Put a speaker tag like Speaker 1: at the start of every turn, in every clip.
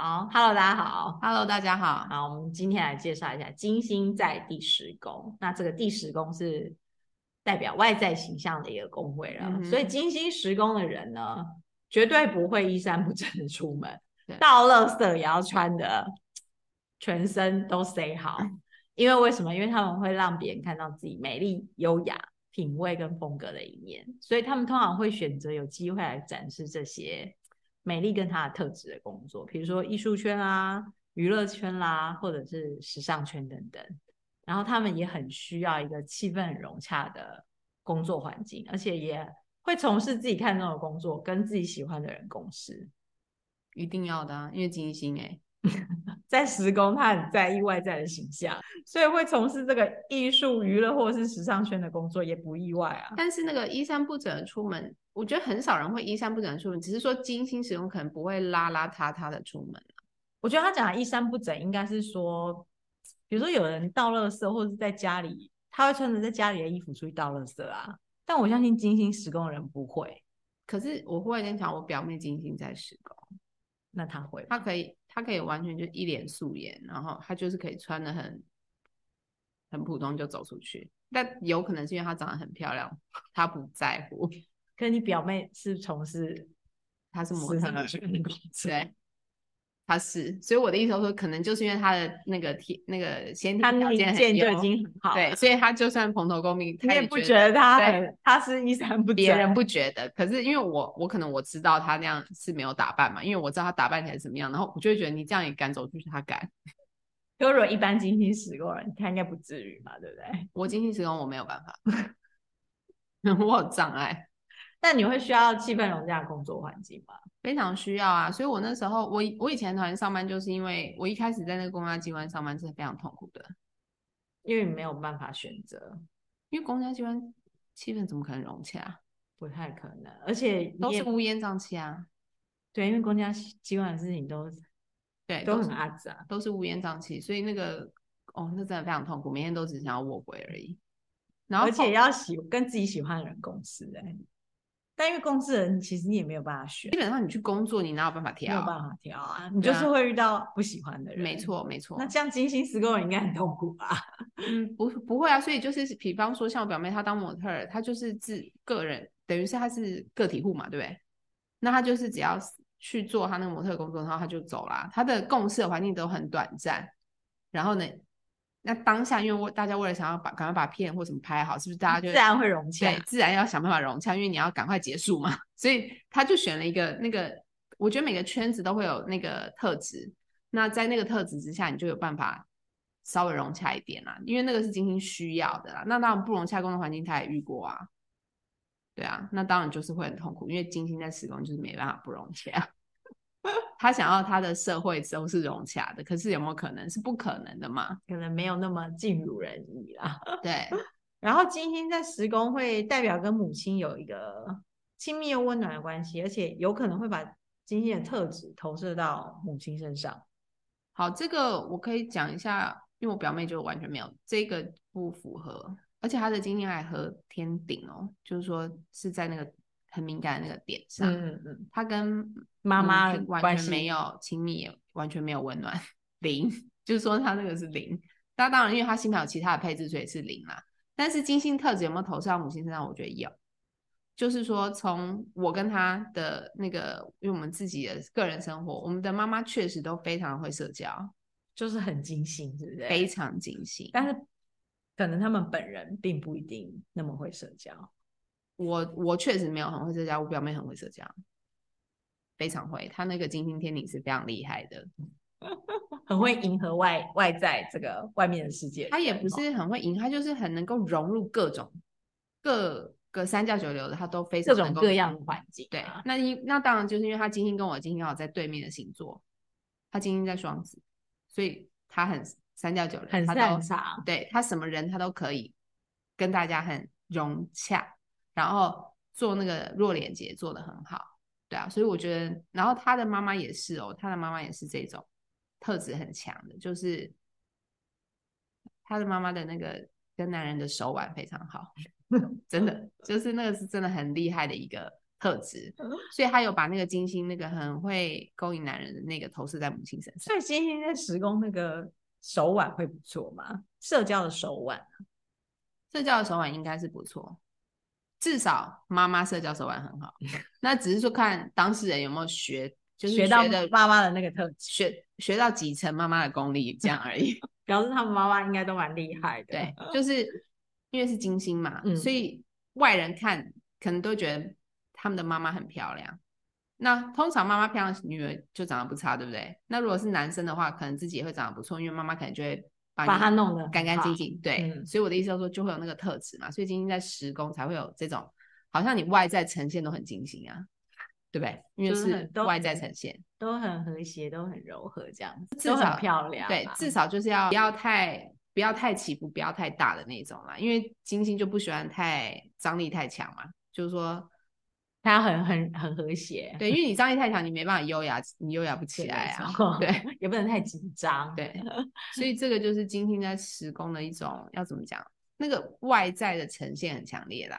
Speaker 1: 好，Hello，大家好。
Speaker 2: Hello，大家好。
Speaker 1: 好，我们今天来介绍一下金星在第十宫。那这个第十宫是代表外在形象的一个宫位了，
Speaker 2: 嗯哼
Speaker 1: 所以金星十宫的人呢，绝对不会衣衫不整的出门
Speaker 2: 对，
Speaker 1: 到垃圾也要穿的全身都塞 好。因为为什么？因为他们会让别人看到自己美丽、优雅、品味跟风格的一面，所以他们通常会选择有机会来展示这些美丽跟他的特质的工作，比如说艺术圈啦、娱乐圈啦，或者是时尚圈等等。然后他们也很需要一个气氛很融洽的工作环境，而且也会从事自己看重的工作，跟自己喜欢的人共事。
Speaker 2: 一定要的、啊，因为金星哎、
Speaker 1: 在时工，他很在意外在的形象，所以会从事这个艺术、娱乐或者是时尚圈的工作也不意外啊。
Speaker 2: 但是那个衣衫不整的出门，我觉得很少人会衣衫不整的出门，只是说金星使用可能不会邋邋遢遢的出门。
Speaker 1: 我觉得他讲的衣衫不整，应该是说，比如说有人倒垃圾，或者是在家里，他会穿着在家里的衣服出去倒垃圾啊。但我相信金星时工的人不会，
Speaker 2: 可是我忽然间想，我表妹金星在十宫，
Speaker 1: 那他会吗
Speaker 2: 她可以，她可以完全就一脸素颜，然后她就是可以穿的很很普通就走出去。但有可能是因为她长得很漂亮，她不在乎，
Speaker 1: 可是你表妹是从事
Speaker 2: 她是模
Speaker 1: 时
Speaker 2: 特
Speaker 1: 尚圈的工作，
Speaker 2: 对，他是，所以我的意思说，可能就是因为他的那个天那个先
Speaker 1: 她
Speaker 2: 天条
Speaker 1: 那一
Speaker 2: 件很
Speaker 1: 件就
Speaker 2: 优
Speaker 1: 已经很好了，
Speaker 2: 对，所以他就算蓬头垢面，
Speaker 1: 你
Speaker 2: 他
Speaker 1: 也不觉
Speaker 2: 觉得
Speaker 1: 得他
Speaker 2: 对
Speaker 1: 很他是衣衫不整，
Speaker 2: 别人不觉得。可是因为我我可能我知道他那样是没有打扮嘛，因为我知道他打扮起来怎么样，然后我就会觉得你这样也敢走出去，他敢。
Speaker 1: 可如果一般金星十工人，他应该不至于嘛，对不对？
Speaker 2: 我经济时空我没有办法， 我有障碍。
Speaker 1: 但你会需要气氛融洽的工作环境吗？
Speaker 2: 非常需要啊，所以我那时候，我以我以前团上班，就是因为我一开始在那个公家机关上班是非常痛苦的，
Speaker 1: 因为你没有办法选择，
Speaker 2: 因为公家机关气氛怎么可能融洽、啊
Speaker 1: 不太可能。而且
Speaker 2: 都
Speaker 1: 你也
Speaker 2: 是乌烟瘴气啊，
Speaker 1: 对，因为公家机关的事情都
Speaker 2: 对，
Speaker 1: 都
Speaker 2: 都
Speaker 1: 很
Speaker 2: 是
Speaker 1: 阿杂。
Speaker 2: 都是乌烟瘴气，所以那个哦，那真的非常痛苦，每天都只想要卧轨而已。然后
Speaker 1: 而且
Speaker 2: 后
Speaker 1: 要喜跟自己喜欢的人共事哎、但因为共事的人其实你也没有办法选
Speaker 2: 基，本上你去工作，你哪有办法
Speaker 1: 没有
Speaker 2: 调？
Speaker 1: 办法挑啊，你就是会遇到不喜欢的人。
Speaker 2: 没，错，没错
Speaker 1: 那。这样金星十工人应该很痛苦吧？
Speaker 2: 嗯，不不会啊，所以就是比方说，像我表妹她当模特儿，她就是自个人，等于是她是个体户嘛，对不对？那她就是只要去做她那个模特儿工作，然后她就走啦。她的共事的环境都很短暂，然后呢，那当下因为我大家为了想要把赶快把片或什么拍好，是不是大家就
Speaker 1: 自然会融洽。
Speaker 2: 对，自然要想办法融洽，因为你要赶快结束嘛。所以他就选了一个那个，我觉得每个圈子都会有那个特质，那在那个特质之下，你就有办法稍微融洽一点啦，因为那个是金星需要的啦。那当然不融洽工作环境，他也遇过啊。对啊，那当然就是会很痛苦，因为金星在时宫就是没办法不融洽。 他想要他的社会都是融洽的，可是有没有可能是不可能的嘛？
Speaker 1: 可能没有那么尽如人意啦。
Speaker 2: 对，
Speaker 1: 然后金星在十宫会代表跟母亲有一个亲密又温暖的关系，而且有可能会把金星的特质投射到母亲身上。
Speaker 2: 好，这个我可以讲一下，因为我表妹就完全没有这个不符合，而且她的经验还和天顶哦，就是说是在那个很敏感的那个点上，
Speaker 1: 嗯嗯，
Speaker 2: 她跟
Speaker 1: 妈
Speaker 2: 母
Speaker 1: 妈
Speaker 2: 亲嗯完
Speaker 1: 关
Speaker 2: 全没
Speaker 1: 系
Speaker 2: 有亲密，也完全没有温暖，零，就是说她那个是零。那当然，因为她星盘有其他的配置，所以是零啦。但是金星特质有没有投射到母亲身上？我觉得有，就是说从我跟她的那个，因为我们自己的个人生活，我们的妈妈确实都非常会社交。
Speaker 1: 就是很精心，是不是？
Speaker 2: 非常精心。
Speaker 1: 但是可能他们本人并不一定那么会社交。
Speaker 2: 我我确实没有很会社交，我表妹很会社交，非常会。她那个金星天顶是非常厉害的，
Speaker 1: 很会迎合外外在这个外面的世界的人哦，
Speaker 2: 她也不是很会赢，她就是很能够融入各种各个三教九流的，她都非
Speaker 1: 各
Speaker 2: 常
Speaker 1: 种
Speaker 2: 能够
Speaker 1: 各样的环境
Speaker 2: 对
Speaker 1: 啊，
Speaker 2: 那因那当然就是因为他金星跟我的金星刚好在对面的星座，他金星在双子，所以他很三教九流，
Speaker 1: 很
Speaker 2: 他
Speaker 1: 擅
Speaker 2: 都
Speaker 1: 长。
Speaker 2: 对他什么人他都可以跟大家很融洽，然后做那个弱连接做的很好，对啊，所以我觉得，然后他的妈妈也是哦，他的妈妈也是这种特质很强的，就是他的妈妈的那个 跟男人的手腕非常好，真的就是那个是真的很厉害的一个特质，所以他有把那个金星那个很会勾引男人的那个投射在母亲身上。
Speaker 1: 所以金星在十宫那个手腕会不错吗？社交的手腕，
Speaker 2: 社交的手腕应该是不错，至少妈妈社交手腕很好。那只是说看当事人有没有学，就
Speaker 1: 嗯
Speaker 2: 是
Speaker 1: 学到
Speaker 2: 的
Speaker 1: 妈妈的那个特质，
Speaker 2: 学学到几成妈妈的功力这样 而已。
Speaker 1: 表示他们妈妈应该都蛮厉害的。
Speaker 2: 对，就是因为是金星嘛，
Speaker 1: 嗯
Speaker 2: 所以外人看可能都觉得他们的妈妈很漂亮。那通常妈妈漂亮，女儿就长得不差，对不对？那如果是男生的话，可能自己也会长得不错，因为妈妈可能就会把
Speaker 1: 把
Speaker 2: 你
Speaker 1: 它弄得
Speaker 2: 干干净。净。对，
Speaker 1: 嗯
Speaker 2: 所以我的意思就是说，就会有那个特质嘛。所以金星在十宫才会有这种，好像你外在呈现都很金星啊，对不对？因为
Speaker 1: 就是
Speaker 2: 是
Speaker 1: 很都
Speaker 2: 外
Speaker 1: 很
Speaker 2: 在呈现，
Speaker 1: 都很和谐，都很柔和，这样
Speaker 2: 至
Speaker 1: 都很
Speaker 2: 少
Speaker 1: 漂亮啊。
Speaker 2: 对，至少就是要不要太不要太起伏，不要太大的那种啦。因为金星就不喜欢太张力太强嘛，就是 说，
Speaker 1: 他很很很和谐，
Speaker 2: 对，因为你张力太强，你没办法优雅，你优雅不起
Speaker 1: 对，
Speaker 2: 来啊
Speaker 1: 没。错
Speaker 2: 对，
Speaker 1: 也不能太紧张。
Speaker 2: 对， 所以这个就是金星在十宫的一种要怎么讲，那个外在的呈现很强烈啦，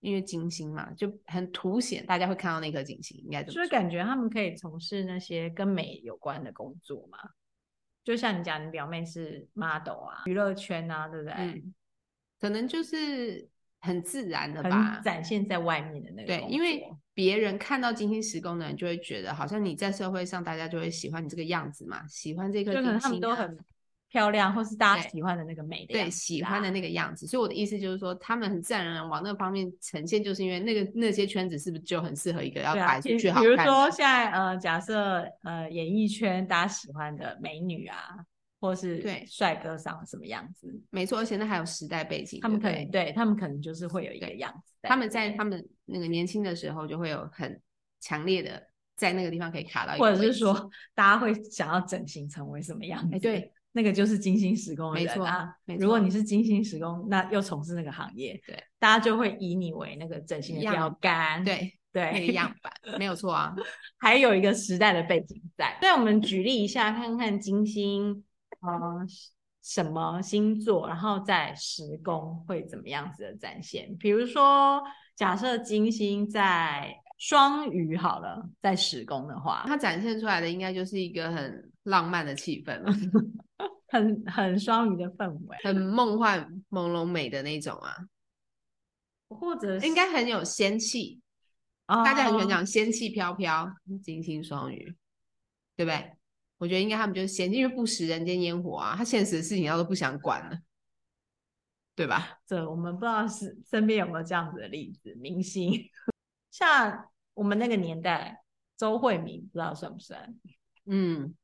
Speaker 2: 因为金星嘛，就很凸显，大家会看到那颗金星，应该怎
Speaker 1: 就
Speaker 2: 么
Speaker 1: 是
Speaker 2: 说？
Speaker 1: 感觉他们可以从事那些跟美有关的工作嘛，就像你讲，你表妹是 model 啊，娱乐圈啊，对不对？
Speaker 2: 嗯，可能就是很自然的吧
Speaker 1: 很，展现在外面的那个
Speaker 2: 对，
Speaker 1: 工
Speaker 2: 因为
Speaker 1: 作
Speaker 2: 别人看到金星十宫的人，就会觉得好像你在社会上，大家就会喜欢你这个样子嘛，喜欢这颗
Speaker 1: 就
Speaker 2: 金
Speaker 1: 可
Speaker 2: 星
Speaker 1: 能
Speaker 2: 啊、
Speaker 1: 他们都很漂亮，或是大家
Speaker 2: 对
Speaker 1: 喜欢的那个美的样子
Speaker 2: 对喜
Speaker 1: 啊
Speaker 2: 欢的那个样子。所以我的意思就是说，他们很自然而然往那方面呈现，就是因为那个那些圈子是不是就很适合一个要
Speaker 1: 对啊
Speaker 2: 摆出
Speaker 1: 比
Speaker 2: 去好
Speaker 1: 比如
Speaker 2: 看
Speaker 1: 说
Speaker 2: 的？
Speaker 1: 现在呃，假设呃演艺圈大家喜欢的美女啊，或是
Speaker 2: 对
Speaker 1: 帅哥长什么样子，
Speaker 2: 没错，而且那还有时代背景，
Speaker 1: 他们
Speaker 2: 对
Speaker 1: 可
Speaker 2: 不
Speaker 1: 能
Speaker 2: 对
Speaker 1: 对他们可能就是会有一个
Speaker 2: 对
Speaker 1: 样子。
Speaker 2: 他们在他们那个年轻的时候就会有很强烈的在那个地方可以卡到一个
Speaker 1: 或
Speaker 2: 位
Speaker 1: 者
Speaker 2: 置，
Speaker 1: 是说大家会想要整形成为什么样子？
Speaker 2: 哎对，
Speaker 1: 那个就是金星时宫的
Speaker 2: 没
Speaker 1: 人
Speaker 2: 错
Speaker 1: 啊。
Speaker 2: 没
Speaker 1: 如果
Speaker 2: 错
Speaker 1: 你是金星时宫，那又从事那个行业，
Speaker 2: 对，
Speaker 1: 大家就会以你为那个整形的
Speaker 2: 样
Speaker 1: 标杆。
Speaker 2: 对那 个
Speaker 1: 对，
Speaker 2: 样板没有错啊，
Speaker 1: 还有一个时代的背景在。所以我们举例一下，看看金星，呃，什么星座，然后在时宫会怎么样子的展现。比如说，假设金星在双鱼好了，在时宫的话，
Speaker 2: 它展现出来的应该就是一个很浪漫的气氛了，
Speaker 1: 很很双鱼的氛围，
Speaker 2: 很梦幻朦胧美的那种啊，
Speaker 1: 或者是
Speaker 2: 应该很有仙气，
Speaker 1: 哦
Speaker 2: 大家很喜欢讲仙气飘飘，金星双鱼，对不对？我觉得应该他们就是仙，因为不食人间烟火啊，他现实的事情他都不想管了，对吧？
Speaker 1: 这，哦我们不知道是身边有没有这样子的例子，明星 像我们那个年代，周慧敏不知道算不算，
Speaker 2: 嗯，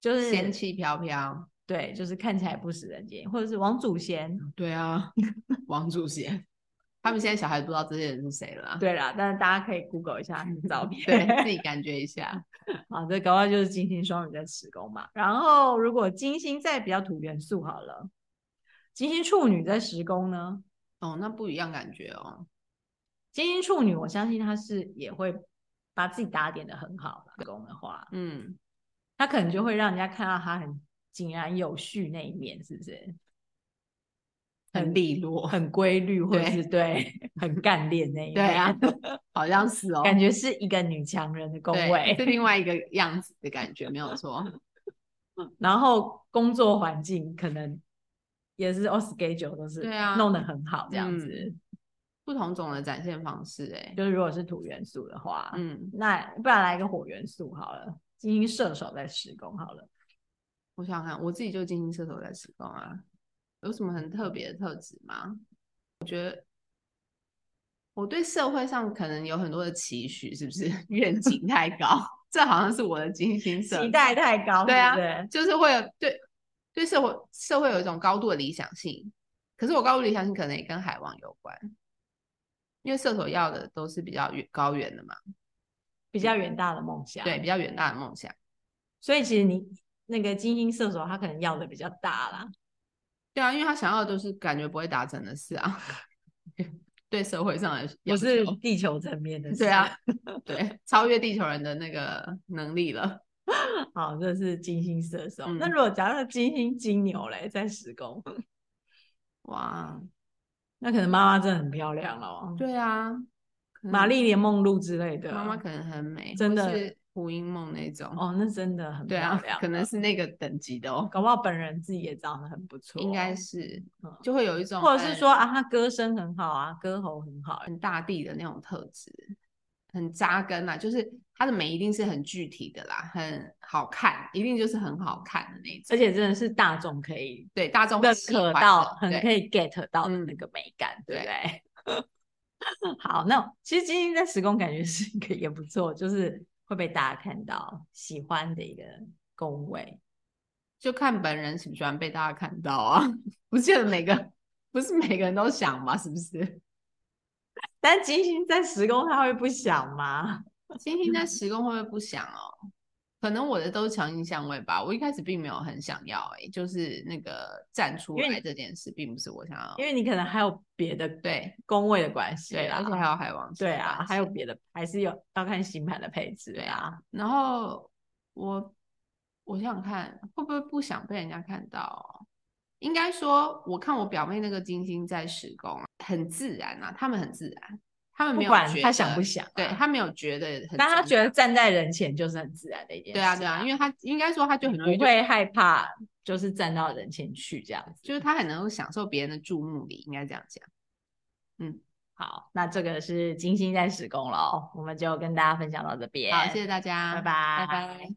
Speaker 1: 就是
Speaker 2: 仙气飘飘，
Speaker 1: 对，就是看起来不食人间，或者是王祖贤，
Speaker 2: 对啊， 王祖贤，他们现在小孩不知道这些人是谁了啊，
Speaker 1: 对啦，但是大家可以 Google 一下他的照片，
Speaker 2: 嗯对自己感觉一下，
Speaker 1: 啊，这搞不 好就是金星双鱼在持宫嘛。然后如果金星在比较土元素好了，金星处女在十宫呢，
Speaker 2: 哦，那不一样感觉哦。
Speaker 1: 金星处女我相信她是也会把自己打点的很好啦，十宫的话，
Speaker 2: 嗯，
Speaker 1: 他可能就会让人家看到他很井然有序那一面，是不是？
Speaker 2: 很利落，
Speaker 1: 很规律，或者
Speaker 2: 对
Speaker 1: 是对 很干练那一面，
Speaker 2: 对啊，好像是哦，
Speaker 1: 感觉是一个女强人的宫
Speaker 2: 对
Speaker 1: 位
Speaker 2: 是。另外一个样子的感觉，没有错。
Speaker 1: 然后工作环境可能也是哦，schedule 都是
Speaker 2: 对啊
Speaker 1: 弄得很好这样子。
Speaker 2: 嗯不同种的展现方式、欸，
Speaker 1: 就是如果是土元素的话，
Speaker 2: 嗯，
Speaker 1: 那不然来一个火元素好了，金星射手在施工好了，
Speaker 2: 我想想看，我自己就金星射手在施工啊，有什么很特别的特质吗？我觉得我对社会上可能有很多的期许，是不是 愿景太高？这好像是我的金星射手
Speaker 1: 期待太高，
Speaker 2: 对啊
Speaker 1: 对不对？
Speaker 2: 就是会有对对社会社会有一种高度的理想性，可是我高度理想性可能也跟海王有关，因为射手要的都是比较远高远的嘛，
Speaker 1: 比较远大的梦想，
Speaker 2: 嗯对，比较远大的梦想。
Speaker 1: 所以其实你那个金星射手，他可能要的比较大啦。
Speaker 2: 对啊，因为他想要的都是感觉不会达成的事啊，对社会上的
Speaker 1: 不
Speaker 2: 要
Speaker 1: 是
Speaker 2: 求
Speaker 1: 地球层面的事。
Speaker 2: 对啊，，对，超越地球人的那个能力了。
Speaker 1: 好，这是金星射手。那
Speaker 2: 嗯
Speaker 1: 如果假设金星金牛嘞，在十宫，
Speaker 2: 哇，
Speaker 1: 那可能妈妈真的很漂亮咯。哦
Speaker 2: 对啊，可
Speaker 1: 玛丽莲梦露之类的。
Speaker 2: 妈妈可能很美，
Speaker 1: 真的
Speaker 2: 或是胡因梦那种。
Speaker 1: 哦，那真的很
Speaker 2: 对
Speaker 1: 漂
Speaker 2: 啊
Speaker 1: 亮，，
Speaker 2: 可能是那个等级的哦，
Speaker 1: 搞不好本人自己也长得很不错，
Speaker 2: 应该是
Speaker 1: 嗯
Speaker 2: 就会有一种
Speaker 1: 或者是
Speaker 2: 很
Speaker 1: 说啊，他歌声很好啊，歌喉很好，
Speaker 2: 很大地的那种特质，很扎根啊，就是它的美一定是很具体的啦，很好看，一定就是很好看的那一种，
Speaker 1: 而且真的是大众可以
Speaker 2: 对大众会
Speaker 1: 认
Speaker 2: 喜
Speaker 1: 可
Speaker 2: 欢
Speaker 1: 到，
Speaker 2: 的
Speaker 1: 很
Speaker 2: 对
Speaker 1: 可以 get 到的
Speaker 2: 嗯
Speaker 1: 那个美感，对不对？ 好，那其实今天在时空感觉是一个也不错，就是会被大家看到喜欢的一个工位。
Speaker 2: 就看本人喜不喜欢被大家看到啊，不见得每个不是每个人都想嘛，是不是？
Speaker 1: 但金星在时空，他会不想吗？
Speaker 2: 星星在
Speaker 1: 嗯
Speaker 2: 时宫会不会不想哦？可能我的都是强硬相位吧，我一开始并没有很想要、欸，就是那个站出
Speaker 1: 因为
Speaker 2: 来
Speaker 1: 你
Speaker 2: 这件事，并不是我想要
Speaker 1: 因。为你可能还有别的
Speaker 2: 对
Speaker 1: 工位的关系
Speaker 2: 对，
Speaker 1: 啦
Speaker 2: 而且还有海王星
Speaker 1: 对
Speaker 2: 的
Speaker 1: 啊，
Speaker 2: 关
Speaker 1: 还有
Speaker 2: 系
Speaker 1: 别的，还是有要看星盘的配置
Speaker 2: 对
Speaker 1: 啊。
Speaker 2: 然后我我想想看，会不会不想被人家看到哦、应该说，我看我表妹那个金星在施工，很自然啊，他们很自然，他们
Speaker 1: 不
Speaker 2: 没有
Speaker 1: 管
Speaker 2: 觉
Speaker 1: 他想
Speaker 2: 得
Speaker 1: 不想啊
Speaker 2: 对他没有觉得很重要，
Speaker 1: 但他觉得站在人前就是很自然的一件事、
Speaker 2: 对啊对啊，因为他应该说他就很容易
Speaker 1: 不
Speaker 2: 就
Speaker 1: 会害怕，就是站到人前去这样子。
Speaker 2: 就是他很能够享受别人的注目礼，应该这样讲。
Speaker 1: 好，那这个哦是金星在时宫了，我们就跟大家分享到这边。
Speaker 2: 好，谢谢大家，
Speaker 1: 拜拜
Speaker 2: 拜拜。